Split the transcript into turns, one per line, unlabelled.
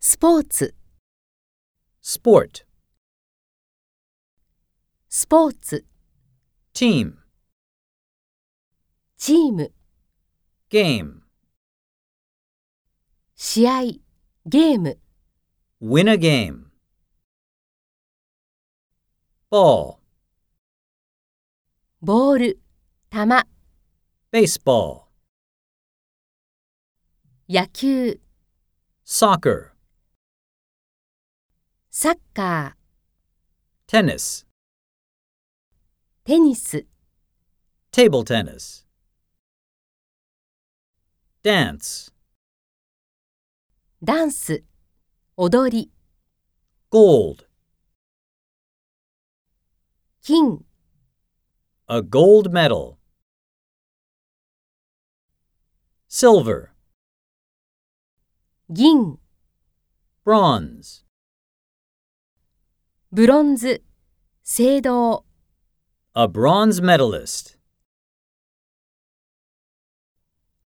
スポーツ、
sport,
スポーツ、
team,
チーム、
game,
試合、ゲーム、
win a game. Ball,
ボール、球、
baseball,
野球、
soccer,
サッカ
tennis,
ー、テニス、
table tennis. Dance,
ダンス、踊り、
gold,
金、
a gold medal. Silver,
銀、
bronze,
ブロンズ、青銅。
a bronze medalist.